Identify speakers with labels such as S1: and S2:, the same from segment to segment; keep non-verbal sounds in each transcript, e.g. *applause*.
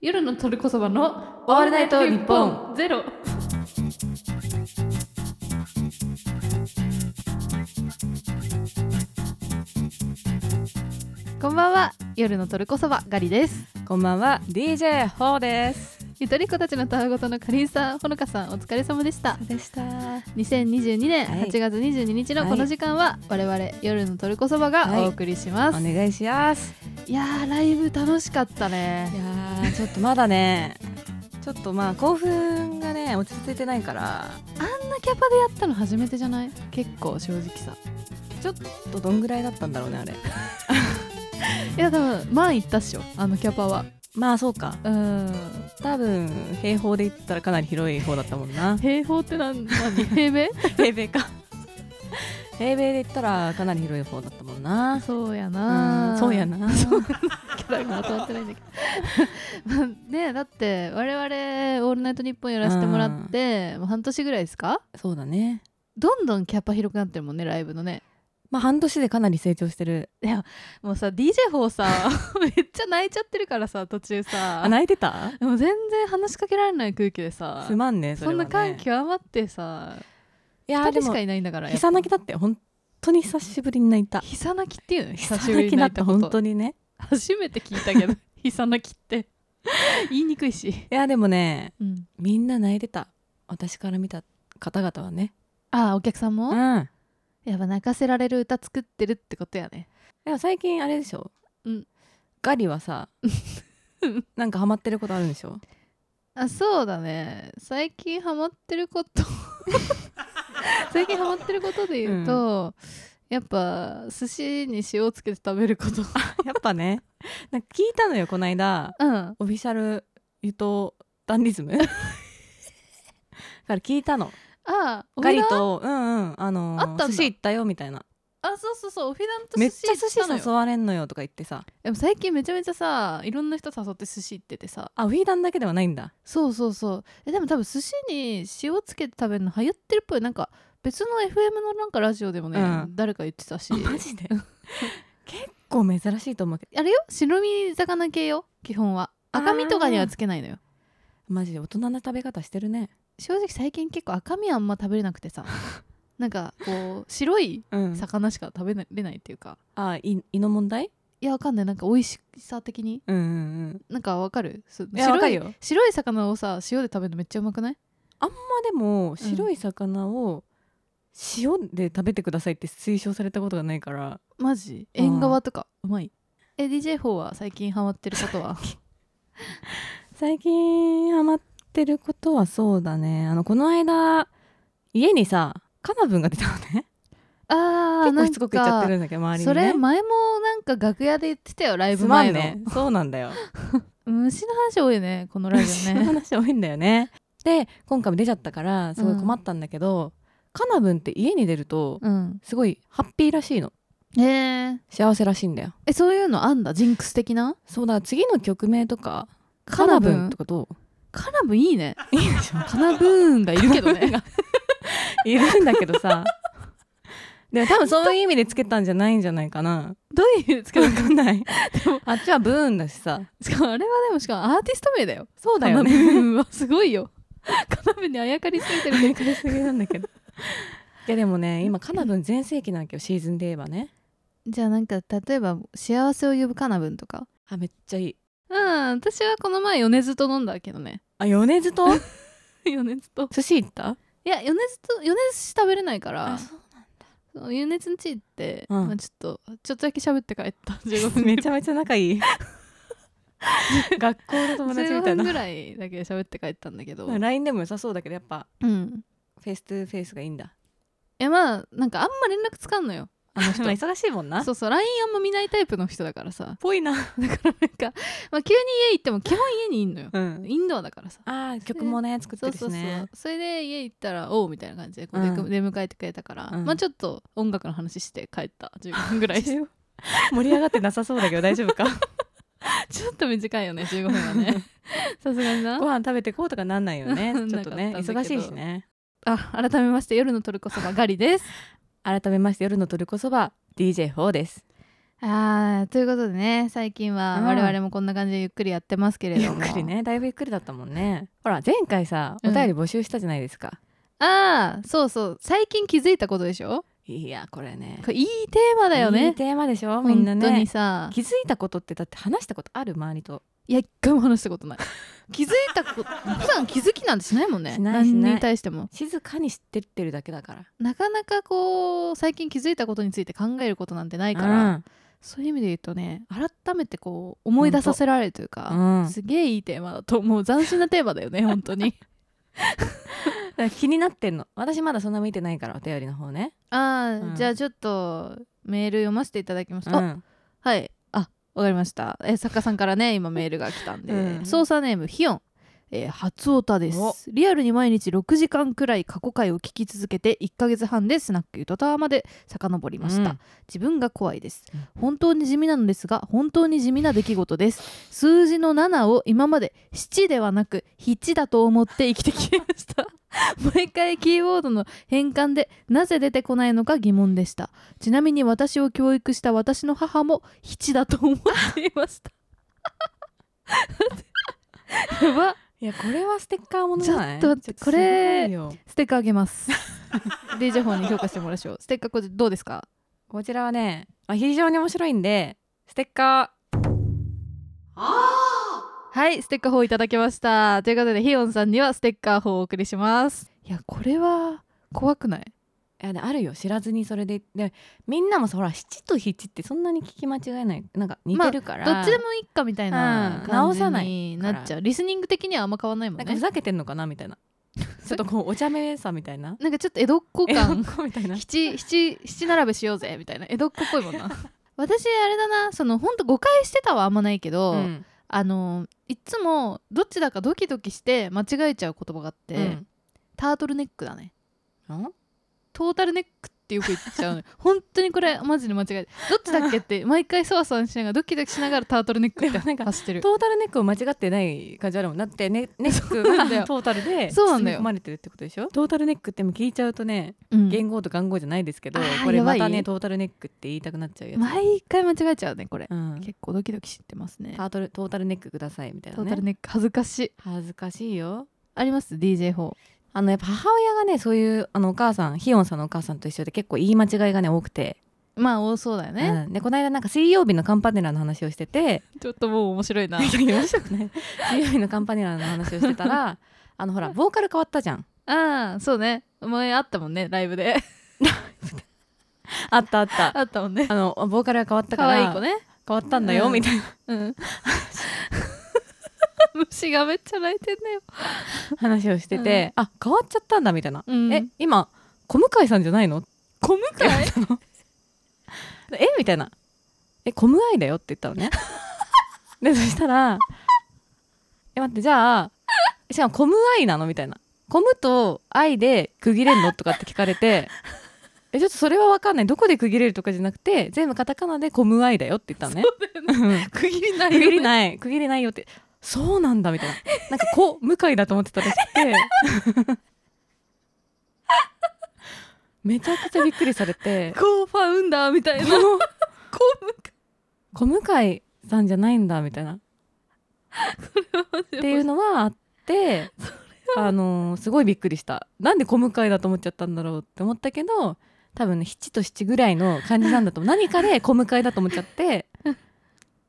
S1: 夜のトルコそばの
S2: オールナイトニッポン
S1: ゼロこんばんは夜のトルコそばガリです
S2: こんばんは DJ ホーです
S1: ゆとりっ子たちのたわごとのかりんさんほのかさんお疲れ様でした
S2: でしたは
S1: 2022年
S2: はい
S1: 8月22日のこの時間は我々夜のトルコそばがお送りします、
S2: お
S1: い、
S2: 願いします
S1: やーライブ楽しかった
S2: い
S1: ね
S2: やーちょっとまだねちょっとまあ興奮がね落ち着いてないから
S1: あんなキャパでやったの初めてじゃない結構正直さ
S2: ちょっとどんぐらいだったんだろうねあれ
S1: いや多分前行ったっしょあのキャパは
S2: まあそうか
S1: うん
S2: 多分平方で言ったらかなり広い方だったもんな
S1: 平方ってなん *laughs* 何平米
S2: *laughs* 平米か平米で言ったらかなり広い方だったもんな
S1: そうや
S2: う
S1: なん
S2: そうやな
S1: キャラがまとまってないんだけど *laughs* まあねだって我々「オールナイトニッポン」やらせてもらってもう半年ぐらいですか
S2: そうだね
S1: どんどんキャパ広くなってるもんねライブのね
S2: まあ半年でかなり成長してる
S1: もうさ d j 4さ *laughs* めっちゃ泣いちゃってるからさ途中さ
S2: あ泣いてた
S1: でも全然話しかけられない空気でさ
S2: すまんねそ
S1: そ
S2: れ
S1: ん
S2: はね
S1: な感極まってさ
S2: いや
S1: 2
S2: ーで
S1: 人し
S2: も
S1: かいないんだからやっぱ
S2: 久泣きだって本当に久しぶりに泣いた
S1: ひさなきっていうの久しぶり
S2: 泣
S1: に
S2: きだ
S1: 泣
S2: っ
S1: い
S2: て
S1: たこ
S2: 本
S1: と
S2: 当にね
S1: 初めて聞いたけど *laughs* ひさなきって言いにくいし、
S2: いやでもね
S1: うん、
S2: みんな泣いてた私から見た方々はね
S1: ああお客さんも、
S2: うん
S1: やっぱ泣かせられる歌作ってるってことやね
S2: でも最近あれでしょ、
S1: うん、
S2: ガリ
S1: *laughs*
S2: はさなんかハマってることあるんでしょ
S1: あそうだね最近ハマってる *laughs* こと最近ハマってることで言うと、やっぱ寿司に塩をつけて食べること
S2: やっ
S1: *laughs*
S2: ぱねなんか聞いたのよこの間
S1: うん
S2: オフィシャルゆとダンディズムだから聞いたの
S1: あオフ
S2: ガ
S1: ィ
S2: リ
S1: ダン
S2: とうんうんあのー
S1: あったんだ
S2: 寿司行ったよみたいな
S1: あそうそうそうオフィダンと
S2: めっ
S1: 寿
S2: ちゃ寿司
S1: 司行ったの
S2: 誘
S1: よ
S2: われんのよとか言ってさ
S1: でも最近めちゃめちゃさいろんな人誘って寿司行っててさ
S2: あウィーダンだけではないんだ
S1: そうそうそうえでも多分寿司に塩つけて食べるの流行ってるっぽいなんか別の FM のなんかラジオでもね、
S2: うん
S1: 誰か言ってたし
S2: あマジで結構珍しいと思うけど
S1: あれよ白身魚系よ基本は
S2: あー
S1: 赤身とかにはつけないのよ
S2: マジで大人な食べ方してるね
S1: 正直最近結構赤身あんま食べれなくて
S2: *laughs*
S1: さなんかこう白い
S2: うん
S1: 魚しか食べれないっていうか、
S2: あい胃の問題
S1: いやわかんないなんか美味しさ的に
S2: うんうん
S1: なんかわかるそ
S2: いやわかるよ
S1: 白い魚をさ塩で食べるのめっちゃうまくない
S2: あんまでも白い魚を塩で食べてくださいって推奨されたことがないから
S1: マジ
S2: うん
S1: 縁側とかうまいえ DJ4 は最近ハマってることは
S2: 最近ハマってることはそうだねあのこの間家にさカナブンが出たのね
S1: あ
S2: 結構しつこく言っちゃって
S1: る
S2: るんだけど周り
S1: そ
S2: に、ね、
S1: れ前もなんか楽屋で言ってたよライ
S2: す
S1: ブ
S2: ま
S1: 前の、
S2: んねそうなんだよ
S1: 虫の話多いよねこのライ
S2: そ
S1: ブ
S2: の *laughs*
S1: ね
S2: 話多いんだよねで今回も出ちゃったからすごい困ったんだけど、カナブンって家に出ると
S1: うん
S2: すごいハッピーらしいの
S1: へえ
S2: 幸せらしいんだよ
S1: えそういうのあんだジンクス的な
S2: そうだ次の曲名とか
S1: カ
S2: カ
S1: ナ
S2: ナ
S1: ブン
S2: ブンとかど
S1: カナブンいいね
S2: ういいでしょ
S1: カナブーンがいるけど
S2: *laughs*
S1: ね
S2: いるんだけどさでも多分そういう意味でつけたんじゃないんじゃないかな
S1: どう
S2: *laughs*
S1: いうつけ
S2: わ
S1: 方か
S2: かんない
S1: も
S2: あっちはブーンだしさ
S1: しかもあれはでもしかもアーティスト名だよ
S2: そうだよ
S1: カナブ
S2: ね
S1: ーンはすごい
S2: *laughs*
S1: よカナブンにあやかりすぎてるね
S2: 繰りすぎなんだけどいやでもね今カナブン全盛期なわけよシーズンで言えばね
S1: じゃあなんか例えば幸せを呼ぶカナブンとか
S2: あめっちゃいい
S1: うん私はこの前米津と飲んだけどね
S2: あ米津と
S1: 米津と
S2: *laughs* 寿司行った
S1: いや米津と米津食べれないから
S2: そう
S1: その米津んち行って、
S2: うん
S1: まあ、ちょっとちょっとだけ喋って帰った15分 *laughs*
S2: めちゃめちゃ仲い *laughs* い学校の友達みた
S1: 15分
S2: い
S1: ぐ
S2: な
S1: らいだけ喋って帰ったんだけど
S2: LINE でも良さそうだけどやっぱ
S1: *laughs* うん
S2: フェイストゥフェイスがいいんだ
S1: いやまあなんかあんま連絡つかんのよ
S2: あの人忙しいもんな
S1: そうそう LINE あんま見ないタイプの人だからさ *laughs*
S2: ぽいな
S1: だからなんか、まあ、急に家行っても基本家にいんのよ
S2: うん
S1: インドアだからさ
S2: あー曲もね作って
S1: そう
S2: るし
S1: そうそう
S2: ね
S1: それで家行ったら「おう」みたいな感じでこう
S2: う
S1: 出
S2: ん
S1: く出迎えてくれたから、
S2: うん
S1: まあちょっと音楽の話して帰った15分ぐら *laughs* いちょ
S2: 盛り上がってなさそうだけど大丈 *laughs* 夫か
S1: っと短いよね15分は *laughs* ねさすがにな
S2: ご飯食べてこうとかなんないよ *laughs* ね
S1: なかったん
S2: ち
S1: だ
S2: ょっ
S1: けど
S2: とね忙しいしね
S1: あ改めまして夜のトルコそばガリです
S2: 改めまして夜のトルコそば DJ4 です
S1: *laughs* あーということでね最近は
S2: うん
S1: 我々もこんな感じでゆっくりやってますけれ
S2: ゆ
S1: ど
S2: っ
S1: も
S2: くりねだいぶゆっくりだったもんねほら前回さお
S1: うん
S2: 便り募集したじゃないですか、
S1: ああそうそう最近気づいたことでしょ
S2: いやこれね
S1: これいいテーマだよ
S2: いい
S1: ね
S2: テーマでしょみんな
S1: 本当に
S2: ね
S1: さ
S2: 気づいたことってだって話したことある周りと
S1: いや一回も話したことない気づいたこと *laughs* 普段気づきなんてしないもんね
S2: しないしない
S1: 何に対しても
S2: 静かに知ってってるだけだから
S1: なかなかこう最近気づいたことについて考えることなんてないから、そういう意味で言うとね改めてこう思い出させられるという
S2: う
S1: か、
S2: ん、うん
S1: すげえいいテーマだと思う斬新なテーマだよね本当に
S2: だから気になってんの私まだそんな見てないからお便りの方ね
S1: あー、
S2: うん
S1: じゃあちょっとメール読ませていただきます、
S2: う
S1: あ
S2: ん
S1: はいあわかりましたえ作家さんからね今メールが来たんで、
S2: うん
S1: 操作ネームヒヨンえー初オタで
S2: お
S1: すリアルに毎日6時間くらい過去回を聞き続けて1ヶ月半でスナックゆとたわまで遡りました、
S2: うん
S1: 自分が怖いです
S2: うん
S1: 本当に地味なのですが本当に地味な出来事です数字の7を今まで7ではなく7だと思って生きてきました *laughs* 毎回キーボードの変換でなぜ出てこないのか疑問でしたちなみに私を教育した私の母も7だと思っていました *laughs* やば
S2: いやこれはステッカーものじゃない
S1: ちょっと待って
S2: すごい
S1: これ
S2: よ
S1: ステッカーあげます
S2: *laughs*
S1: DJ 方に評価してもらいましょうステッカーこれどうですか
S2: こちらはね、まあ、非常に面白いんでステッカ
S1: はい、ステッカー4いただきました。ということで、ヒヨンさんにはステッカー4をお送りします。いや、これは怖くない
S2: ーいやであるよ知らずにそれででみんなもさほら七と七ってそんなに聞き間違えないなんか似てるから、
S1: どっちでもいいかみたいな
S2: うん
S1: 感
S2: 直さな
S1: じに
S2: い
S1: なっちゃう。リスニング的にはあんま変わんないも
S2: なん
S1: ん
S2: かふ
S1: ね。
S2: ざけてんのかなみた *laughs* いなちょっとこうお茶目さみたいな
S1: なんかちょっと江戸っ子
S2: えなん *laughs*
S1: 感。
S2: かみたいな
S1: 七、七、七並べしようぜみたいな。江戸っ子っぽいもん
S2: *laughs*
S1: な。私、あれだな、その、ほんと誤解してたはあんまないけど、
S2: うん
S1: あの、いつもどっちだかドキドキして間違えちゃう言葉があって、タートルネックだね。
S2: うんん
S1: トータルネックってよく言っちゃう
S2: *laughs*
S1: の本当にこれマジで間違えてどっちだっけって毎回そわそわしながらドキドキしながらタートルネックって
S2: でもなんか
S1: 走ってる
S2: トータルネックを間違ってない感じあるもんだって *laughs* ネネック
S1: そうなんだよ
S2: がトータルで
S1: そうなんだよ
S2: 包み込まれてるってことでしょトータルネックっても聞いちゃうとね
S1: うん
S2: 言語と元号じゃないですけど、
S1: あー
S2: これ
S1: やば
S2: ま
S1: い
S2: たねトータルネックって言いたくなっちゃうやつ、
S1: 毎回間違えちゃうねこれ
S2: うん、
S1: 結構ドキドキしてますね
S2: タートルトータルネックくださいみたい
S1: ト
S2: な
S1: ータルネ
S2: ね
S1: ック恥ずかしい
S2: 恥ずかしいよ
S1: あります DJ4
S2: あのやっぱ母親がねそういうあのお母さんひよんさんのお母さんと一緒で結構言い間違いがね多くて、
S1: まあ多そうだよね、
S2: うんでこの間なんか水曜日のカンパネラの話をしてて
S1: ちょっともう面白
S2: *laughs*
S1: いな
S2: いや面白くない水曜日のカンパネラの話をして
S1: *laughs*
S2: たらあのほらボーカル変わったじゃん
S1: ああそうね前あったもんねライブで
S2: あったあった
S1: あったもんね
S2: *laughs* あのボーカルが変わったか
S1: 可
S2: ら
S1: 愛い子ね
S2: 変わったんだよ、
S1: うん
S2: みたいな
S1: うん
S2: *laughs*
S1: 虫がめっちゃ鳴いてんだよ、
S2: 話をしてて、あ変わっちゃったんだみたいな、
S1: うん *laughs*
S2: え今小向井さんじゃないの
S1: 小向
S2: って言われたの *laughs* えみたいな「えコムアイだよ」って言った
S1: *laughs*
S2: のねでそしたら「え待ってじゃあしかもコムアイなの?」みたいな「コムとアイで区切れるの?」とかって聞かれ
S1: *laughs*
S2: て「えちょっとそれは分かんないどこで区切れるとかじゃなくて全部カタカナでコムアイだよ」って言ったのね *laughs* うん
S1: 区切りない
S2: 区
S1: よ
S2: 切りない区切りないよってそうなんだみたいななんかこ向かいだと思ってたらしくて *laughs* めちゃくちゃびっくりさ
S1: *laughs*
S2: れて
S1: コーファウンダーみたいなコーム
S2: 小向井さんじゃないんだみたいなっ
S1: かって
S2: いうのはあってあのーすごいびっくりしたなんで小向井だと思っちゃったんだろうって思ったけど多分ね七と七ぐらいの感じなんだと思う何かで小向井だと思っちゃって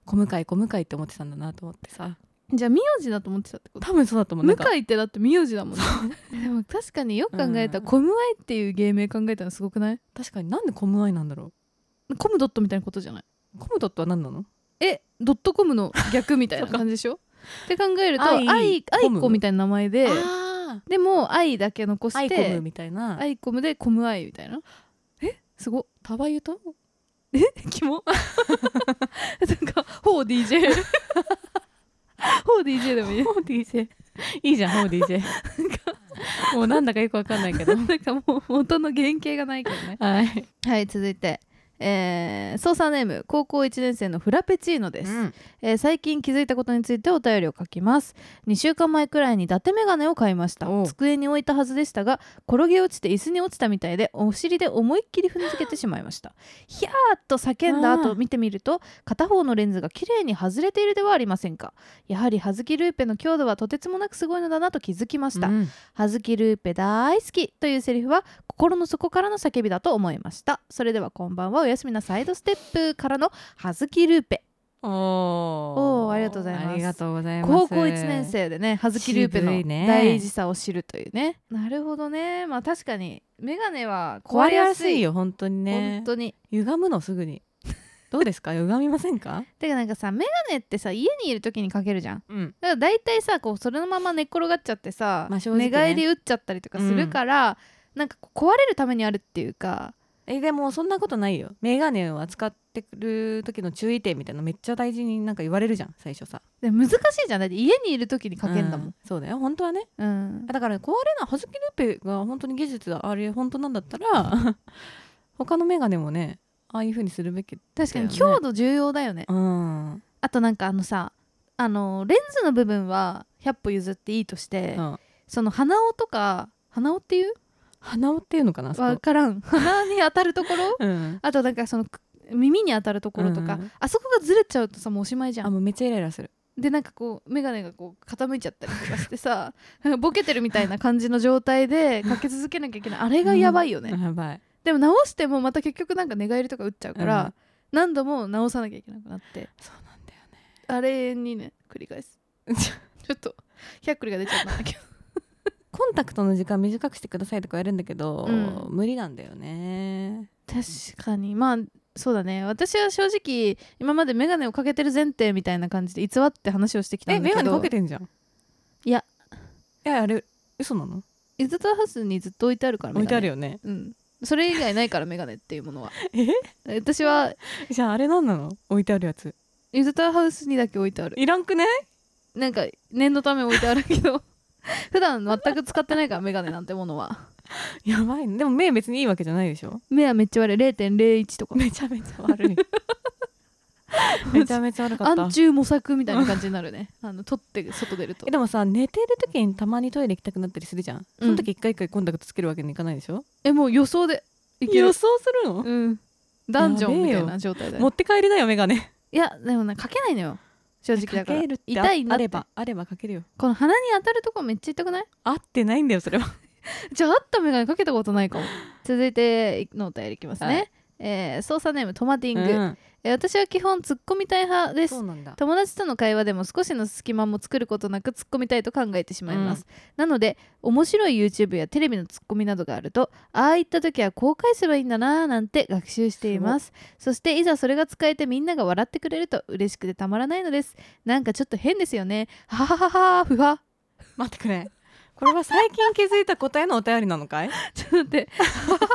S2: 小向井小向井って思ってたんだなと思ってさ
S1: じゃあ名字だと思ってたってこと
S2: 多分そうだと思う
S1: 向
S2: なんか
S1: 井ってだって名字だもんねでも確かによく考えたら、
S2: うん
S1: コムアイっていう芸名考えたのすごくない
S2: 確かになんで小向井なんだろ
S1: コムドットみたいなことじゃないう
S2: コムドットは何なの
S1: えドットコムの逆みた *laughs* いな感じでしょって考えるとア
S2: ア
S1: イ
S2: イ
S1: アイ
S2: コム
S1: コみたいな名前で
S2: あ
S1: でもアイだけ残し
S2: ーアイ
S1: て
S2: コムみたいな
S1: アイコムでコムアイみたいなえすごっ
S2: タバユと
S1: キ *laughs* モなんか 4DJ *laughs* 4DJ でもいいね
S2: 4DJ *laughs* いいじゃん 4DJ *laughs* もう *laughs* なんだかよくわかんないけど
S1: なんかもう元の原型がないけどね。
S2: はい
S1: はい、続いて、えー、操作ネーム高校1年生のフラペチーノです、えー最近気づいたことについてお便りを書きます2週間前くらいに伊達メガネを買いました
S2: おう
S1: 机に置いたはずでしたが転げ落ちて椅子に落ちたみたいでお尻で思いっきり踏んづけてしまいましたひゃーっと叫んだ後
S2: あー
S1: 見てみると片方のレンズが綺麗に外れているではありませんかやはり葉月ルーペの強度はとてつもなくすごいのだなと気づきました、
S2: うん
S1: はずきルーペ大好きというセリフは心の底からの叫びだと思いましたそれではこんばんはおやすみなサイドステップからのはずきルーペ
S2: お
S1: おーありがとうございます
S2: ありがとうございます
S1: 高校1年生でねはずきルーペの
S2: 渋いね
S1: 大事さを知るというねなるほどねまあ確かにメガネは
S2: 壊
S1: 壊
S2: れ
S1: れ
S2: や
S1: や
S2: す
S1: す
S2: い
S1: いよ
S2: よ本当にね
S1: 本当に
S2: 歪むのすぐ *laughs* にどうですか歪みませんか
S1: てかなんかさメガネってさ家にいる時にかけるじゃん
S2: うん
S1: だから大体さこうそれのまま寝っ転がっちゃってさ、
S2: まあ正直ね
S1: 寝返り打っちゃったりとかするから、なんかこう壊れるためにあるっていうか
S2: えでもそんなことないよメガネを扱ってくる時の注意点みたいなのめっちゃ大事になんか言われるじゃん最初さ
S1: で難しいじゃんだって家にいる時にかけんだもん
S2: う、そうだよ本当はね
S1: うん
S2: だから壊れない葉月ルーペが本当に技術あれ本当なんだったら *laughs* 他のメガネもねああいう風にするべき
S1: 確かに
S2: だよね
S1: 強度重要だよね
S2: うん、うん、
S1: あとなんかあのさあのレンズの部分は100歩譲っていいとして、その鼻緒とか鼻緒っていう
S2: 鼻緒っていうのかなあそ
S1: わ
S2: こ、
S1: からん鼻に当たるところ
S2: うん、
S1: あとなんかそのく耳に当たるところとか、
S2: うん
S1: あそこがずれちゃうとさもうおしまいじゃん
S2: あもうめっちゃイライラする
S1: でなんかこう眼鏡がこう傾いちゃったりとかしてさなんかボケてるみたいな感じの状態でかけ続けなきゃいけないあれがやばいよね、
S2: うんやばい
S1: でも直してもまた結局なんか寝返りとか打っちゃうから、
S2: うん
S1: 何度も直さなきゃいけなくなって
S2: そうなんだよね
S1: あれにね繰り返すちょっとひゃっくりが出ちゃったんだけど
S2: コンタクトの時間短くしてくださいとかやるんだけど、
S1: うん
S2: 無理なんだよね
S1: *laughs* 確かにまあそうだね私は正直今まで眼鏡をかけてる前提みたいな感じで偽って話をしてきた
S2: え
S1: んだ
S2: メ
S1: けど
S2: ガネかけてんじゃん
S1: いや
S2: えあれ嘘なの
S1: イズタハウスにずっと置いてあるから
S2: 置いてある
S1: よ、
S2: よね
S1: うん、それ以外ないから眼鏡っていうも *laughs* のは
S2: え
S1: 私は
S2: じゃああれなんなの置いてあるやつ
S1: ゆずたハウスにだけ置いてある
S2: いらんくね
S1: なんか念のため置いてあるけど *laughs* 普段全く使ってないからメガネなんてものは
S2: やばいねでも目別にいいわけじゃないでしょ
S1: 目はめっちゃ悪い0.01とか
S2: めちゃめちゃ悪い *laughs* めちゃめちゃ悪かった
S1: 暗中模索みたいな感じになるね *laughs* あの取って外出ると
S2: えでもさ寝てる時にたまにトイレ行きたくなったりするじゃんその時一回一回コンタクトつけるわけにいかないでしょ
S1: えもう予想でいけ
S2: 予
S1: る
S2: 想するの、
S1: うんダンジョンみたい
S2: やべえ
S1: な状態だよ
S2: 持って帰りなよメガネ
S1: いやでもねかけないのよ正直だから
S2: かけるって
S1: 痛いの
S2: ああればあればかけるよ
S1: この鼻に当たるとこめっちゃ痛くない
S2: 合ってないんだよそれは
S1: じゃああったメガネかけたことないかも続いてのお便りいきますね、
S2: はい
S1: えー操作ネームトマティング、
S2: うん
S1: えー私は基本ツッコみたい派です
S2: そうなんだ
S1: 友達との会話でも少しの隙間も作ることなく突っ込みたいと考えてしまいます、なので面白い YouTube やテレビのツッコミなどがあるとああいった時はこう返せばいいんだなぁなんて学習していますそしていざそれが使えてみんなが笑ってくれると嬉しくてたまらないのですなんかちょっと変ですよねははははふは *laughs*
S2: 待ってくれこれは最近気づいた答えのお便りなのかい
S1: ちょっと待ってはははは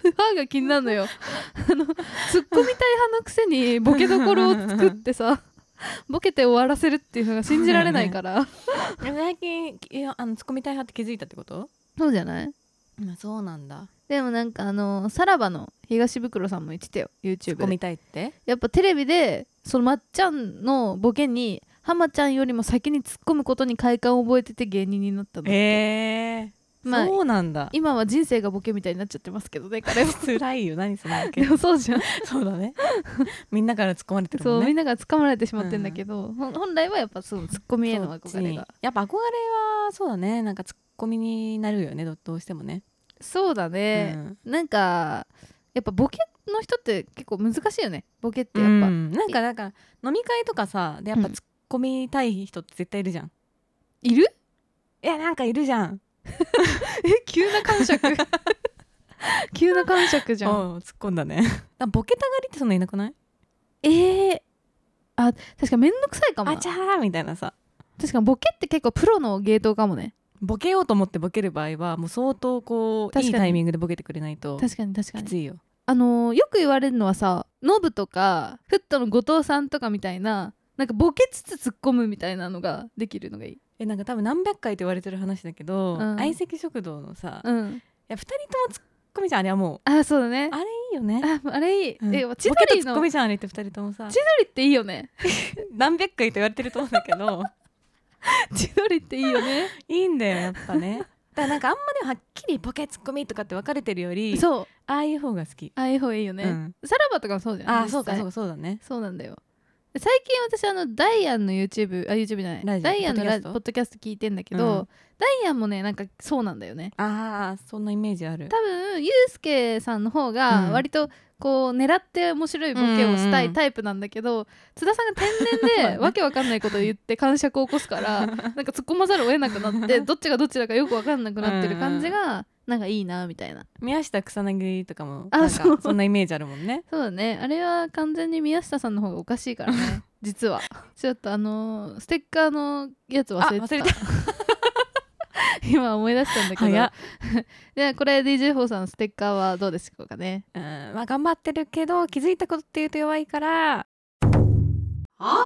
S1: ふはが気になるのよあのツッコみたい派のくせにボケどころを作ってさボケて終わらせるっていうのが信じられないから
S2: 最近いやあのツッコみたい派って気づいたってこと
S1: そうじゃない
S2: まあそうなんだ
S1: でもなんかあのさらばの東袋さんも言ってたよ
S2: ツッ
S1: YouTube
S2: コみ
S1: で
S2: たいって
S1: やっぱテレビでそのまっちゃんのボケに浜ちゃんよりも先に突っ込むことに快感を覚えてて芸人になったのって、
S2: ええ
S1: まあ
S2: そうなんだ
S1: 今は人生がボケみたいになっちゃってますけどね彼は
S2: 辛いよ何 *laughs* そのボケ
S1: でも *laughs* そうじゃん、
S2: *laughs* そうだねみんなから突っ込まれてる
S1: そ
S2: もん
S1: うみ
S2: ね
S1: んなが掴まれてしまってんだけど、ほん本来はやっぱそうツッコミへの
S2: そ
S1: 憧
S2: っち
S1: れ
S2: に
S1: が
S2: やっぱ憧れはそうだねなんかツッコミになるよねどどうしてもね、
S1: そうだね、
S2: うん
S1: なんかやっぱボケの人って結構難しいよねボケってやっぱ、
S2: うんなんかなんか飲み会とかさでやっぱ
S1: うん
S2: ツッコみたい人って絶対いるじゃん、
S1: いる
S2: いやなんかいるじゃ *laughs* ん
S1: え急な感触 *laughs* 急な感触じゃん
S2: おう突っ込んだねあボケたがりってそんないなくない
S1: ええあ確かめんどくさいかも
S2: あ
S1: な
S2: ち
S1: 確
S2: ゃーみたいなさ
S1: かボケって結構プロの芸当かもね
S2: ボケようと思ってボケる場合はもう相当こう
S1: 確かに
S2: いいタイミングでボケてくれないと
S1: 確かに確か
S2: き
S1: に
S2: ついよ
S1: あのーよく言われるのはさノブとかフットの後藤さんとかみたいななんかボケつつ突っ込むみたいなのができるのがいい
S2: えなんか多分何百回と言われてる話だけど
S1: うん
S2: 相席食堂のさ、い
S1: うん
S2: や2人ともツッコミじゃんあれはもう
S1: あそうだね
S2: あれいいよね
S1: ああれいい、
S2: うん
S1: え
S2: ボケ
S1: 千
S2: と
S1: 鳥
S2: ツ
S1: の
S2: ッコミじゃんあれって二人ともさ
S1: 千鳥っていいよ
S2: *laughs*
S1: ね
S2: 何百回と言われてると思うんだ
S1: *laughs*
S2: けど
S1: 千鳥っていいよね
S2: いいんだよやっぱねだからなんかあんまでもはっきりボケツッコミとかって分かれてるよ
S1: *laughs*
S2: り
S1: そう
S2: ああいう方が好き、
S1: ああいう方がいいよね、
S2: うん
S1: さらばとかもそうじゃん
S2: ああそうかそう
S1: う
S2: かそうだね
S1: そうなんだよ最近私あのダイアンの YouTube あ YouTube じゃな
S2: ラ
S1: い
S2: ジオ
S1: ダイアンのラ
S2: ポ
S1: ポッ
S2: ッドキャスト
S1: ドキャスト聞いてんだけど、
S2: うん
S1: ダイアンもねなんかそうなんだよね
S2: ああそんなイメージある
S1: 多分ゆうすけさんの方
S2: う
S1: が
S2: ん
S1: 割とこう狙って面白いボケをした
S2: うんうんう
S1: い
S2: ん
S1: タイプなんだけど、津田さんが天
S2: そう
S1: 然
S2: *laughs* だ
S1: で
S2: ね
S1: わけわかんないことを言って感触を起こす
S2: *laughs*
S1: からなんか突っ込まざるを得なくなってどっちがどっちだかよくわかんなくなってる感じがなんかいいなみたいな
S2: 宮下草薙とかも
S1: あ
S2: なん
S1: そう
S2: かそんなイメージあるもんね
S1: そうだねあれは完全に宮下さんの方がおかしいから
S2: *laughs*
S1: ね実はちょっとあのーステッカーのやつ忘れてた
S2: あ忘れ
S1: *laughs* 今思い出したんだけ
S2: 早っ
S1: ど *laughs* でこれ DJ4 さんのステッカーはどうですかね
S2: うんまあ頑張ってるけど気づいたことっていうと弱いから
S1: あ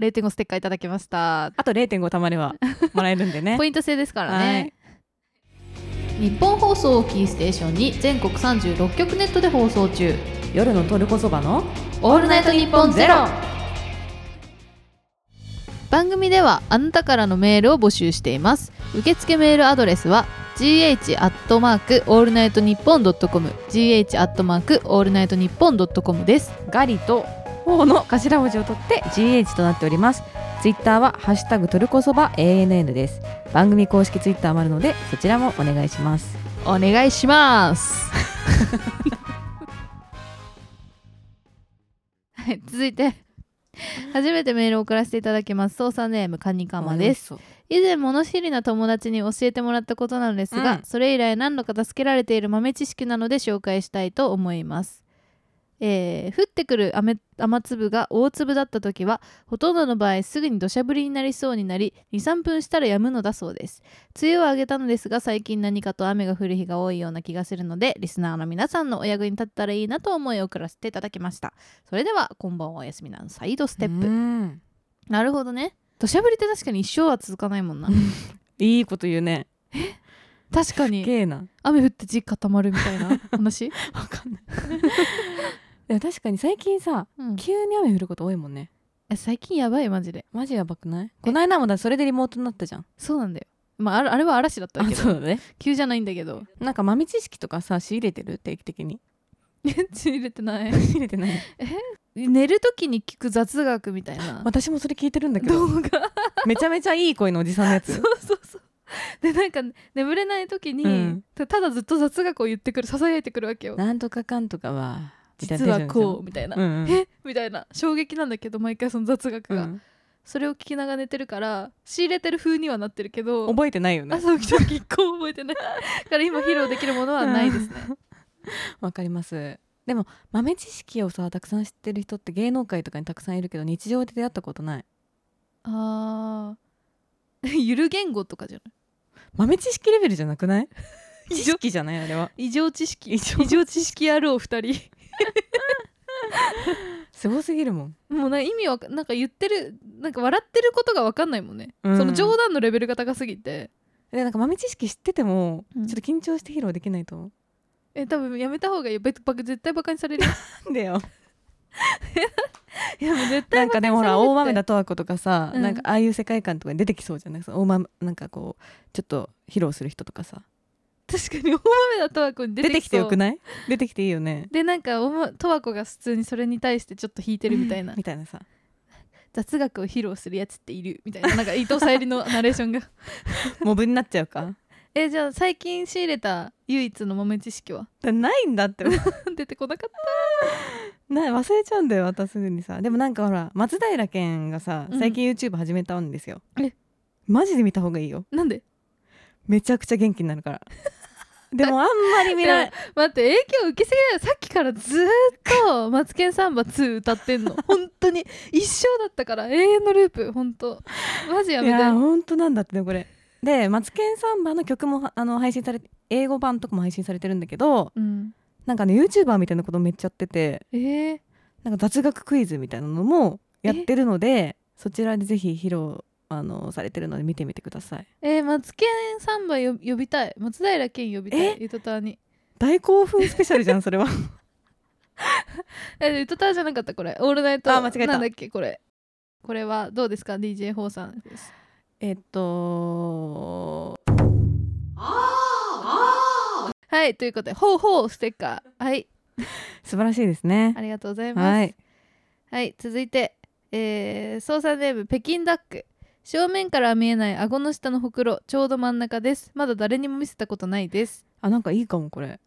S1: 0.5ステッカーいただきました
S2: あと0.5たまればもらえるんでね
S1: *laughs* ポイント制ですからね、日本放送をキーステーションに全国36局ネットで放送中
S2: 夜のトルコそばの
S1: 「オールナイトニッポンゼロ番組ではあなたからのメールを募集しています受付メールアドレスは gh アットマークオールナイトニッポンドットコム gh アットマークオールナイトニッポンドットコムです
S2: ガリと頬の頭文字を取って GH となっておりますツイッターはハッシュタグトルコそば ANN です番組公式ツイッターもあるのでそちらもお願いします
S1: お願いします。 *laughs* はい、続いて初めてメールを送らせていただきます操作ネームカニカマです
S2: す
S1: 以前物知りな友達に教えてもらったことなのですが、
S2: うん
S1: それ以来何度か助けられている豆知識なので紹介したいと思います、えー降ってくる雨雨粒が大粒だった時はほとんどの場合すぐに土砂降りになりそうになり23分したら止むのだそうです梅雨をあげたのですが最近何かと雨が降る日が多いような気がするのでリスナーの皆さんのお役に立ったらいいなと思い送らせていただきましたそれではこんばんはおやすみなサイドステップ
S2: ッ
S1: なるほどね土砂降りって確かに一生は続かないもんな
S2: プいいこと言うね
S1: 確かに
S2: ゲーな
S1: 雨降って地固まるみたい *laughs* な話、
S2: わか *laughs* んないでも確かに最近さ
S1: うん
S2: 急に雨降ること多いもんね
S1: え最近やばいマジで
S2: マジやばくないこの間もだそれでリモートになったじゃん
S1: そうなんだよまああれあれは嵐だったけど
S2: うだね
S1: 急じゃないんだけ *laughs* ど
S2: なんか豆知識とかさ仕入れてる定期的に
S1: 仕入れてない
S2: 仕入れてない
S1: 寝る時に聞く雑学みたいな
S2: 私もそれ聞いてるんだけど
S1: 動 *laughs* 画
S2: めちゃめちゃいい声のおじさんのやつ
S1: そうそうそうでなんか眠れない時に、
S2: うん
S1: たただずっと雑学を言ってくるささやいてくるわけよ
S2: なんとかかんとかは
S1: 実はこうみたいな、
S2: うんうん
S1: えみたいな衝撃なんだけど毎回その雑学が、それを聞きながら寝てるから仕入れてる風にはなってるけど
S2: 覚えてないよね
S1: 朝起きた時一個覚え *laughs* てないだから今披露できるものはないですね、
S2: わかりますでも豆知識をさたくさん知ってる人って芸能界とかにたくさんいるけど日常で出会ったことない
S1: *laughs* あーゆる言語とかじゃな
S2: 豆知識レベルじゃなく *laughs* ない
S1: 異常
S2: 知識じゃないあれはい
S1: 異常知識異常知識あるお二人
S2: すごすぎるもん
S1: もうな意味わかなんか言ってるなんか笑ってることがわかんないもんね、
S2: うん
S1: その冗談のレベルが高すぎて
S2: でなんか豆知識知ってても、
S1: うん
S2: ちょっと緊張して披露できないと思う
S1: え多分やめた方がいいよ別ば絶対バカにされる
S2: なんでよ
S1: いやもう *laughs* 絶
S2: *laughs*
S1: 対バ
S2: なん
S1: カにされ
S2: かで
S1: るって
S2: もほら大豆田とわ子とかさ、
S1: うん
S2: なんかああいう世界観とかに出てきそうじゃないその大豆なんかこうちょっと披露する人とかさ
S1: 確かに大豆だとわ子に出
S2: 出
S1: て
S2: て
S1: き
S2: き
S1: そ
S2: て
S1: う
S2: よくない出てきていいよね
S1: でなんかおもとわ子が普通にそれに対してちょっと引いてるみたいな
S2: みたいなさ
S1: 雑学を披露するやつっているみたいななんか伊藤沙莉のナレーションが
S2: モブになっちゃうか
S1: えじゃあ最近仕入れた唯一の豆知識は *laughs*
S2: だないんだってな
S1: 出てこなかった
S2: 忘れちゃうんだよ私すぐにさでもなんかほら松平健がさ
S1: うん
S2: 最近 YouTube 始めたんですよ、
S1: え
S2: マジで見た方がいいよ
S1: なんで
S2: めちゃくちゃ元気になるから
S1: *laughs*
S2: でもあんまり見ない
S1: 待って影響受けすぎだよさっきからずーっと「マツケンサンバ2」歌って
S2: *laughs*
S1: んの本当に一生だったから永遠のループ本当マジや
S2: い
S1: めて
S2: や本当なんだってねこれで「マツケンサンバ」の曲もあの配信されて英語版とかも配信されてるんだけど
S1: うん
S2: なんかね YouTuber みたいなことめっちゃやってて
S1: えー、
S2: なんか雑学クイズみたいなのもやってるのでそちらでぜひ披露あのされてるので見てみてください
S1: えー、マツケンサンバよ呼びたい松平健呼びたい
S2: え
S1: ゆとたわに
S2: 大興奮スペシャルじゃんそれは
S1: え、歌ったじゃなかったこれ。オールナイト。
S2: あ間違えた
S1: なんだっけこれ。これはどうですか DJ ホーさん。
S2: *laughs* えっと
S1: はい、ということで、ほうほうステッカー。はい、
S2: 素晴らしいですね
S1: ありがとうございます。
S2: はい
S1: はい続いて、えー、操作ネーム北京ダック正面からは見えない顎の下のほくろちょうど真ん中ですまだ誰にも見せたことないです
S2: あなんかいいかもこれ、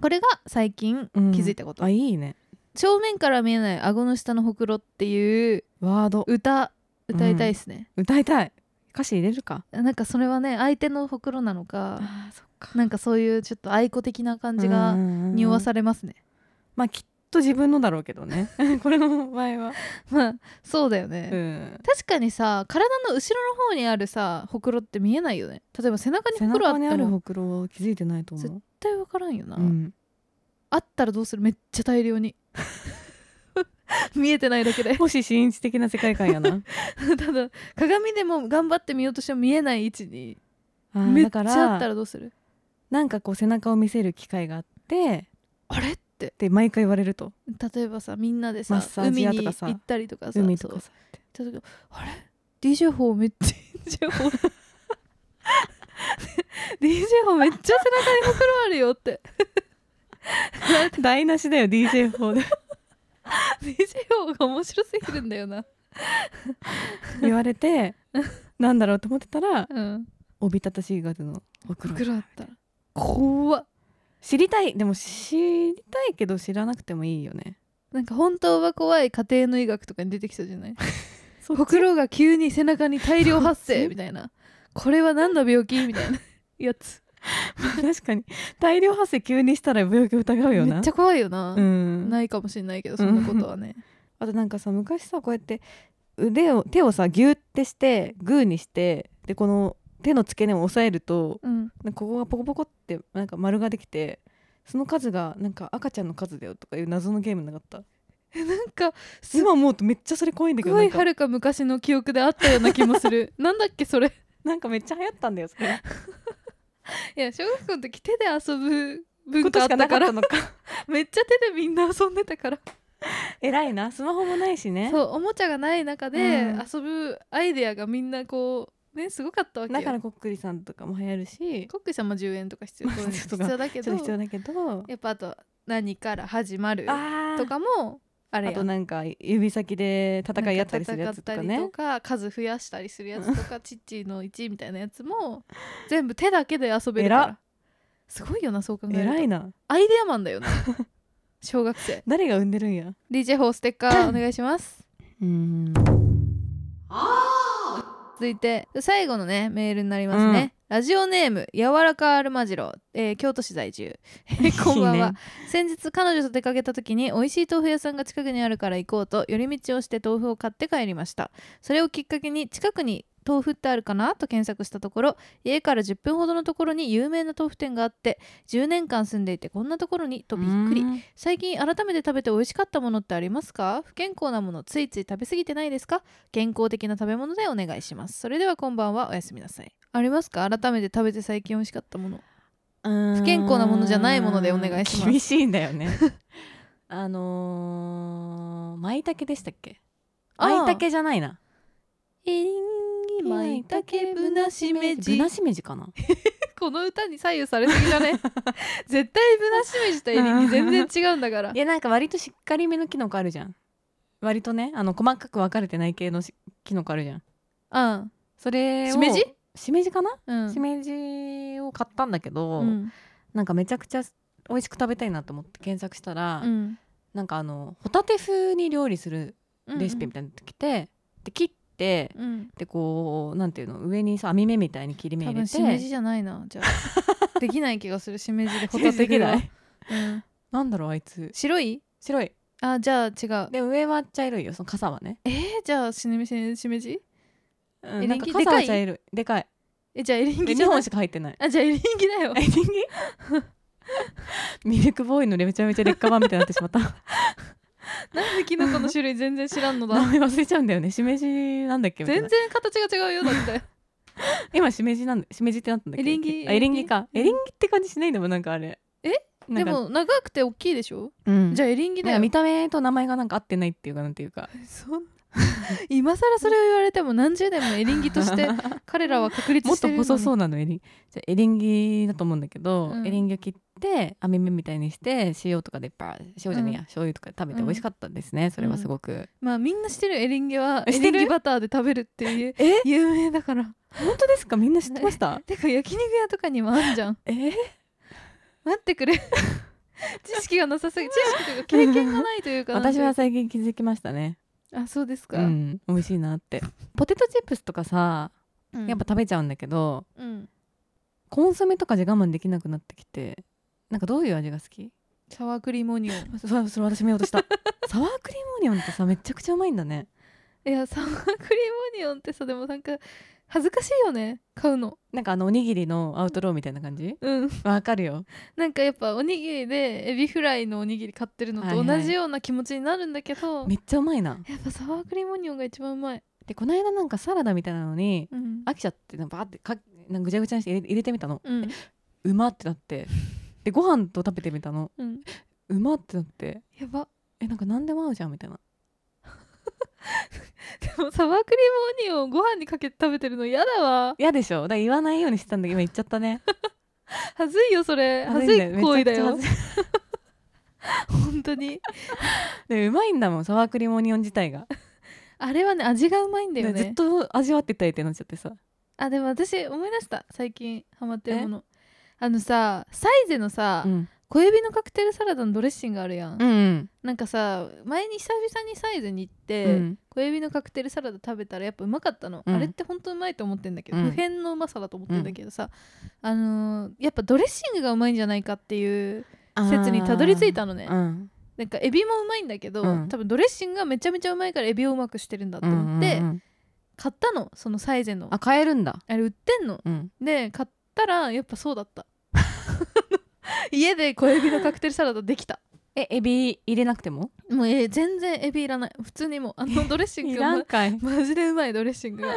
S1: これが最近
S2: うん
S1: 気づいたこと、
S2: あいいね
S1: 正面からは見えない顎の下のほくろっていう
S2: ワード
S1: 歌歌いたいですね、
S2: 歌いたい歌詞入れるか
S1: なんかそれはね相手のほくろなのか
S2: あそっか
S1: なんかそういうちょっと愛子的な感じが匂
S2: 匂
S1: わされますね、
S2: まあきっと自分のだろうけど *laughs* ねこれの場合は
S1: まあそうだよね、
S2: うん
S1: 確かにさ体の後ろの方にあるさほくろって見えないよね例えば背中に
S2: 背
S1: ほくろあっ
S2: 中に
S1: たら
S2: ある
S1: 絶
S2: ほくろは気づいてないと思う
S1: 対分からんよな、
S2: うん
S1: あったらどうするめっちゃ大量に *laughs* 見えてないだけで *laughs*
S2: 星新一的な世界観やな
S1: ただ鏡でも頑張って見ようとしても見えない位置に
S2: *laughs* あー
S1: めっ
S2: だ
S1: ち
S2: か
S1: ゃあった
S2: ら
S1: らどうする
S2: なんかこう背中を見せる機会があって
S1: あれって
S2: で毎回言われると
S1: 例えばさみんなで
S2: マ
S1: さ
S2: ッサー
S1: 海
S2: ジ屋
S1: に
S2: と
S1: 行
S2: かさ
S1: ったりとかさ
S2: 海とか
S1: そ
S2: さ
S1: う行った時あれ DJ 法めっちゃ DJ 法 DJ 法めっちゃ背中にほくろあるよって
S2: *laughs* 台無しだよ DJ4 で
S1: DJ が面白すぎるんだよな。
S2: 言われてなんだろうと思ってたら
S1: うん。
S2: おびただしい数のほくろ
S1: 黒だったら。怖っ。
S2: 知りたいでも知りたいけど知らなくてもいいよね *laughs*
S1: なんか本当は怖い家庭の医学とかに出てきたじゃない
S2: そっち
S1: ほくろが急に背中に大量発
S2: そっ
S1: 生
S2: ち
S1: みたいな。これは何の病気みたいなやつ。
S2: 確かに大量発生急にしたら病気疑うよな
S1: めっちゃ怖いよな。
S2: うん、
S1: ないかもしれないけど、そんなことはね。
S2: あとなんかさ昔さこうやって腕を手をさギュってしてグーにしてでこの手の付け根を押さえると
S1: うん。
S2: なんかここがポコポコってなんか丸ができてその数がなんか赤ちゃんの数だよとかいう謎のゲームなかった *laughs*
S1: なんか、す
S2: 今思うとめっちゃそれ怖いんだけど
S1: ご
S2: ないんか
S1: はるか昔の記憶であったような気もする。 *laughs* なんだっけ、それ。
S2: なんかめっちゃ流行ったんだよそれ
S1: いや、小学校の時手で遊ぶ *laughs* 文
S2: こと
S1: 化あっ
S2: し
S1: た
S2: かなか
S1: か
S2: った
S1: ら、
S2: のか *laughs*
S1: めっちゃ手でみんな遊んでたから。
S2: 偉いなスマホもないしね
S1: そうおもちゃがない中で
S2: うん
S1: 遊ぶアイデアがみんなこうねすごかったわけよ
S2: だからこっくりさんとかも流行るし
S1: コックさんも10円とか必要
S2: *laughs* まあ
S1: そういうの
S2: ちょっと
S1: 必要だけ
S2: ち
S1: ど
S2: ょっと必要だけど
S1: やっぱあと何から始まる
S2: あ
S1: と
S2: と
S1: か
S2: か
S1: もあれ
S2: あ
S1: や
S2: となんか指先で戦い合ったりするやつとか
S1: なん戦ったり
S2: ね
S1: とか数増やしたりするやつと
S2: *laughs*
S1: かチッチーの1みたいなやつも全部手だけで遊べるか
S2: 偉っ
S1: らすごいよなそう考えると
S2: 偉いな
S1: アイデアマンだよね
S2: *laughs*
S1: 小学生
S2: 誰が産んでるんや
S1: DJ4 ステッカーお願いします
S2: うん
S1: 続いて最後のねメールになりますね、ラジオネーム柔らかアルマジロ、えー京都市在住、えーこんばんは先日彼女と出かけた時に美味しい豆腐屋さんが近くにあるから行こうと寄り道をして豆腐を買って帰りましたそれをきっかけに近くに豆腐ってあるかなと検索したところ家から10分ほどのところに有名な豆腐店があって10年間住んでいてこんなところにとびっくり最近改めて食べて美味しかったものってありますか不健康なものついつい食べ過ぎてないですか健康的な食べ物でお願いしますそれではこんばんはおやすみなさいありますか改めて食べて最近美味しかったもの
S2: 不
S1: 不健康なものじゃないものでお願いします
S2: 厳しいんだよね *laughs* あのー、舞茸でしたっけ舞茸じゃないな
S1: エリンギマイタケブナシメ
S2: ぶ
S1: ジ
S2: なしめじかな
S1: この歌に左右されすぎじゃ
S2: *laughs*
S1: ね絶対ブナシメジとエリンギ全然違うんだから
S2: いやなんか割としっかりめのキノコあるじゃん割とねあの細かく分かれてない系のしキノコあるじゃん
S1: うん
S2: それを
S1: しめじ
S2: しめじかな、
S1: うん
S2: しめじを買ったんだけど、
S1: うん
S2: なんかめちゃくちゃ美味しく食べたいなと思って検索したら、
S1: うん
S2: なんかあのホタテ風に料理する
S1: うん
S2: レシピみたいなのきて、で切って
S1: うん
S2: でこうなんていうの上にさ網目みたいに切り目
S1: 多
S2: 入れ
S1: 分
S2: て
S1: しめじじゃないなじゃ
S2: *laughs*
S1: あできない気がするしめじでホ
S2: ホ
S1: タ
S2: タ
S1: テ
S2: テ
S1: ぐ
S2: ぐ
S1: ら
S2: ら
S1: い
S2: いなんだろうあいつ
S1: 白い
S2: 白い
S1: あじゃあ違う
S2: で上は茶色いよその傘はね、
S1: えーじゃあしめじしめじ
S2: う
S1: エリン
S2: ん、なんか
S1: ギ
S2: 傘は
S1: でか
S2: 茶
S1: い
S2: 色いでかい
S1: えじゃあエリン
S2: で
S1: ギ
S2: 2
S1: じゃない
S2: 本しか入ってない
S1: あじゃあエリンギだよ
S2: エリンギ *laughs* ミルクボーイのめちゃめちゃ劣化版みたいになってし
S1: *laughs*
S2: まった
S1: なんでキノコの種類全然知らんの
S2: 名
S1: だ
S2: 前忘れちゃうんだよねしめじなんだっけみた
S1: *laughs*
S2: い
S1: 全
S2: な
S1: 然形が違うよだって
S2: 今しめじなんだしめじってなったんだっけ
S1: エリンギ
S2: あエリンギか
S1: エ
S2: エ
S1: リ
S2: リ
S1: ンギ
S2: *laughs* ンギって感じしないでもなんかあれ
S1: えでも長くて大きいでしょ、じ
S2: じゃ
S1: ゃあエリンギだ
S2: なん
S1: よ
S2: か見た目と名前がなんか合ってないっていうかなんていうか
S1: そん *laughs* 今更それを言われても何十年もエリンギとして
S2: *laughs*
S1: 彼らは確立
S2: もっ
S1: して
S2: と
S1: るのに
S2: 細そううなのエリンじゃあエリンギだと思うんだけど、
S1: うん
S2: エリンギを切って網目みたいにして塩とかでバー塩じゃねえや、
S1: うん
S2: 醤油とかで食べて
S1: うん
S2: 美味しかったですね、それはすごく、
S1: まあみんなしてるエリンギはエ
S2: して
S1: リ
S2: る
S1: ンギバターで食べるっていう
S2: え
S1: 有名だから
S2: 本当ですかみんな知ってました
S1: てか焼肉屋とかにもあんじゃん
S2: え
S1: 待ってく
S2: *laughs*
S1: れ知識がなさすぎ知識というか経験がないというかなんて
S2: 私は最近気づきましたね
S1: あそうですか、
S2: うん美味しいな *laughs* ってポテトチップスとかさ
S1: うん
S2: やっぱ食べちゃうんだけど、
S1: うん
S2: コンソメとかじゃ我慢できなくなってきてなんかどういう味が好き
S1: サワークリームオニオン
S2: そそれ私見ようとした *laughs* サワークリームオニオンってさめちゃくちゃうまいんだね
S1: *laughs* いやサワークリームオニオンってさでもなんか恥ずかしいよね買うの
S2: なんかあのおにぎりのアウトローみたいな感じ
S1: うん
S2: わかるよ
S1: なんかやっぱおにぎりでエビフライのおにぎり買ってるのと
S2: はいは
S1: 同
S2: い
S1: じような気持ちになるんだけど、
S2: めっちゃうまいな
S1: やっぱサワークリームオニオンが一番うまい、
S2: でこの間なんかサラダみたいなのに
S1: うん
S2: 飽きちゃってなんかバーってかなんかぐちゃぐちゃにして入れ入れてみたの
S1: うん
S2: うまってなってでご飯と食べてみたの
S1: うん、
S2: うまってなって
S1: やば
S2: えなんか何でも合うじゃんみたいな
S1: でもサワークリームオニオンご飯にかけて食べてるの嫌だわ
S2: 嫌でしょだから言わないようにしてたんだけど今言っちゃったね
S1: 恥ずいよそれ恥ずい行為だよ
S2: めちゃくちゃ恥ずい
S1: 本当に
S2: でうまいんだもんサワークリームオニオン自体が、
S1: あれはね味がうまいんだよ
S2: でずっ
S1: ね
S2: と味わってたいってなっちゃってさ
S1: あでも私思い出した最近ハマってるものあのさサイゼのさ、
S2: うん
S1: 小指のカクテルサラダのドレッシングあるやん、
S2: うん
S1: なんかさ前に久々にサイゼに行って、
S2: うん
S1: 小指のカクテルサラダ食べたらやっぱうまかったの、
S2: うん
S1: あれって本当うまいと思ってんだけど、
S2: う
S1: 不
S2: ん
S1: 変のうまさだと思ってんだけどさ、あのーやっぱドレッシングがうまいんじゃないかっていう説にたどり着いたのね
S2: うん
S1: なんかエビもうまいんだけど、
S2: うん
S1: 多分ドレッシングがめちゃめちゃうまいからエビをうまくしてるんだと思って、
S2: うんうんうん
S1: 買ったのそのサイゼの
S2: あ買えるんだ
S1: あれ売ってんの
S2: うん
S1: で買ったらやっぱそうだった *laughs* 家で小エビのカクテルサラダできた
S2: えエビ入れなくても
S1: もう、えー全然エビいらない普通にもうあのドレッシングが、
S2: かい
S1: マジでうまいドレッシング
S2: *laughs*
S1: が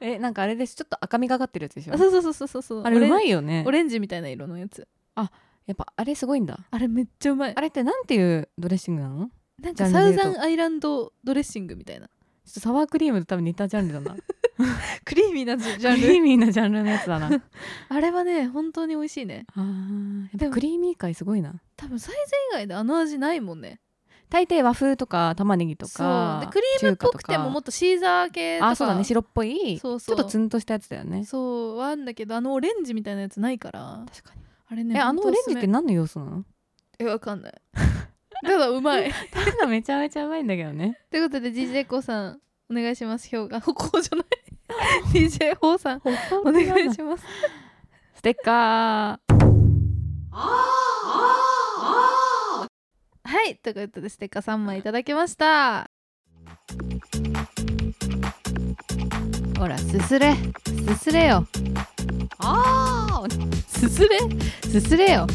S2: えなんかあれですちょっと赤みがかってるやつでしょ
S1: あそうそうそうそうそう
S2: あれうま
S1: い
S2: いよね
S1: オレンジみたいな色のやつ
S2: やっぱあれすごいんだ
S1: あれめっちゃうまい
S2: あれってなんていうドレッシングなのちょ
S1: なん
S2: ジャ
S1: か
S2: ンル
S1: サウ
S2: で言うと
S1: ザンアイランドドレッシングみたいな
S2: っとサワークリームと多分似たジャンルだな
S1: クリーミーなジ
S2: ジ
S1: ャ
S2: ャン
S1: ン
S2: ルクリ
S1: ル
S2: ーミーなジャンルのやつ
S1: *laughs*
S2: だなあ
S1: あれはね本当に美味しいね
S2: ーや
S1: で
S2: っぱ
S1: も
S2: クリーミー界すごいな
S1: 多分サイズ以外であの味ないもんね
S2: 大抵和風とか玉ねぎとか
S1: そうでクリームっぽくてももっ
S2: っ
S1: とシーザー系とか
S2: あそうだね白っぽい
S1: そう
S2: ち
S1: そ
S2: ょ
S1: う
S2: っとツンとしたやつだよね
S1: そうはあんだけどあのオレンジみたいなやつないから
S2: 確かに
S1: あれね
S2: えあのオレンジって
S1: な
S2: 何の要素な *laughs* の
S1: えわかんないただうまい
S2: ただめちゃめちゃうまいんだけど *laughs* ね
S1: *laughs* ということで DJ コさんお願いします評価 *laughs* ここじゃない *laughs* DJ ホーさんお願いします
S2: ステッカー
S1: はいということでステッカー3枚いただきましたほらすすれすすれよ
S2: あ
S1: すすれすすれよ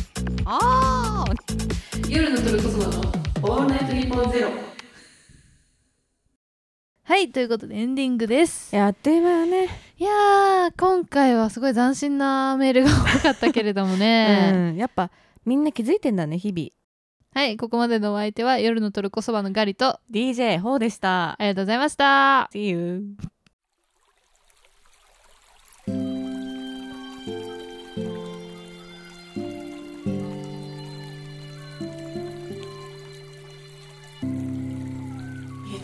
S2: あ
S1: 夜のトルコソのオールナイトニッポンゼロはいということでエンディングです
S2: やっていう間よね、
S1: いやー今回はすごい斬新なメールが多かったけれどもね、
S2: *laughs* うんやっぱみんな気づいてんだね日々
S1: はいここまでのお相手は夜のトルコそばのガリとあ
S2: DJ ほうでした
S1: りがとうございました
S2: See you. Hi,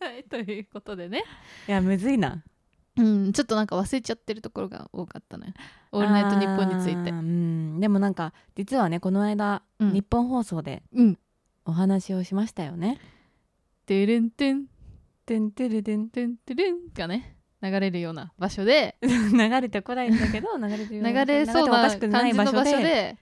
S1: はいということでね
S2: いやむずいな。
S1: うんちょっとなんか忘れちゃってるところが多かったね「オールナイトニッポン」について
S2: あーうん、でもなんか実はねこの間、
S1: うん
S2: 日本放送で
S1: うん
S2: お話をしましたよね。
S1: てるんてん
S2: てんてるてん
S1: てんてるんがね流れるような場所で
S2: *laughs* 流れてこないんだけど流れてるよ
S1: 流れそう
S2: 流てもおか
S1: な感じ
S2: しく
S1: の
S2: ない場
S1: 場
S2: 所
S1: 所
S2: で
S1: で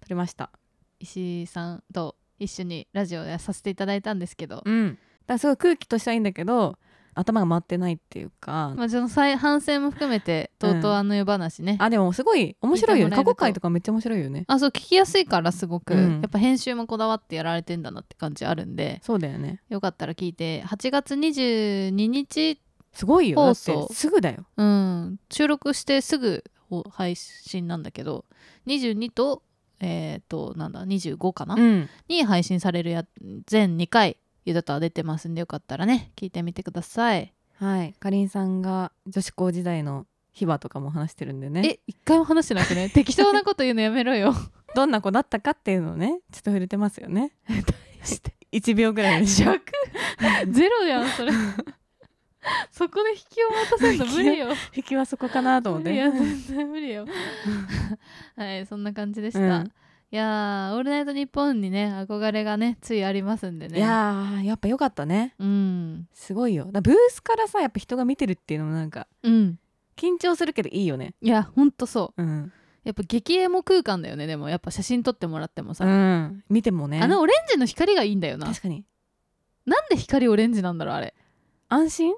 S2: 撮りました。
S1: 石井さんと一緒にラジオやさせていただいたんですけど、
S2: うん、だからすごい空気としてはいいんだけど頭が回ってないっていうか、
S1: まあ、その再反省も含めてとうとうあの夜話ね、
S2: あでもすごい面白いよね
S1: 聞
S2: 過
S1: いてもらえると
S2: 去回とかめっちゃ面白いよね
S1: あそう聞きやすいからすごく、
S2: うん
S1: やっぱ編集もこだわってやられてんだなって感じあるんで
S2: そうだよね
S1: よかったら聞いて8月22日、
S2: すごいよだ
S1: 放
S2: っ
S1: 送
S2: てすぐだよ
S1: うん、収録してすぐほ配信なんだけど22とえっ、となんだ25かな、
S2: うん
S1: に配信されるや全2回ゆだとは出てますんでよかったらね聞いてみてください、
S2: はいかりんさんが女子校時代の秘話とかも話してるんでね
S1: え一回も話してなく
S2: *laughs*
S1: ね *laughs* 適当なこと言うのやめろよ
S2: どんな子だったかっていうのをねちょっと触れてますよ
S1: *laughs*
S2: ね
S1: して
S2: 1秒ぐ
S1: *laughs*
S2: らいでしょ
S1: *laughs* 弱ゼロじゃん *laughs* それそこで引きを待たせるの無理よ
S2: 引きはそこかなと思っ
S1: 無
S2: て
S1: 理や全然無理よ *laughs* はいそんな感じでした、
S2: うん
S1: いやーオールナイトニッポンにね憧れがねついありますんでね
S2: いやーやっぱ良かったね
S1: うん
S2: すごいよだブースからさやっぱ人が見てるっていうのもなんか
S1: うん
S2: 緊張するけどいいよね
S1: いやほんとそう
S2: うん、
S1: やっぱ激エモ空間だよねでもやっぱ写真撮ってもらってもさ、
S2: うん、見てもね
S1: あのオレンジの光がいいんだよな
S2: 確かに
S1: なんで光オレンジなんだろうあれ
S2: 安心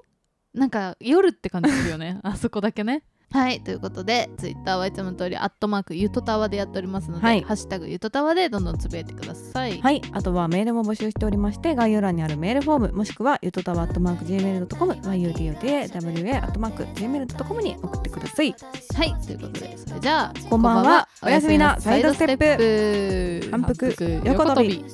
S1: なんか夜って感じするよ
S2: *laughs*
S1: ねあそこだけねはいということでツイッターはいつもの通り「アットマークゆとたわ」でやっておりますので「
S2: はい
S1: ハッシュタグゆとたわ」でどんどんつぶやいてください
S2: はいあとはメールも募集しておりまして概要欄にあるメールフォームもしくはゆとたわ .gmail.com yudotawa.gmail.com に送ってください
S1: はい、ということで、それじゃあ、
S2: こんばんはおやすみなサイドステップ
S1: プ
S2: 反復横跳び
S3: び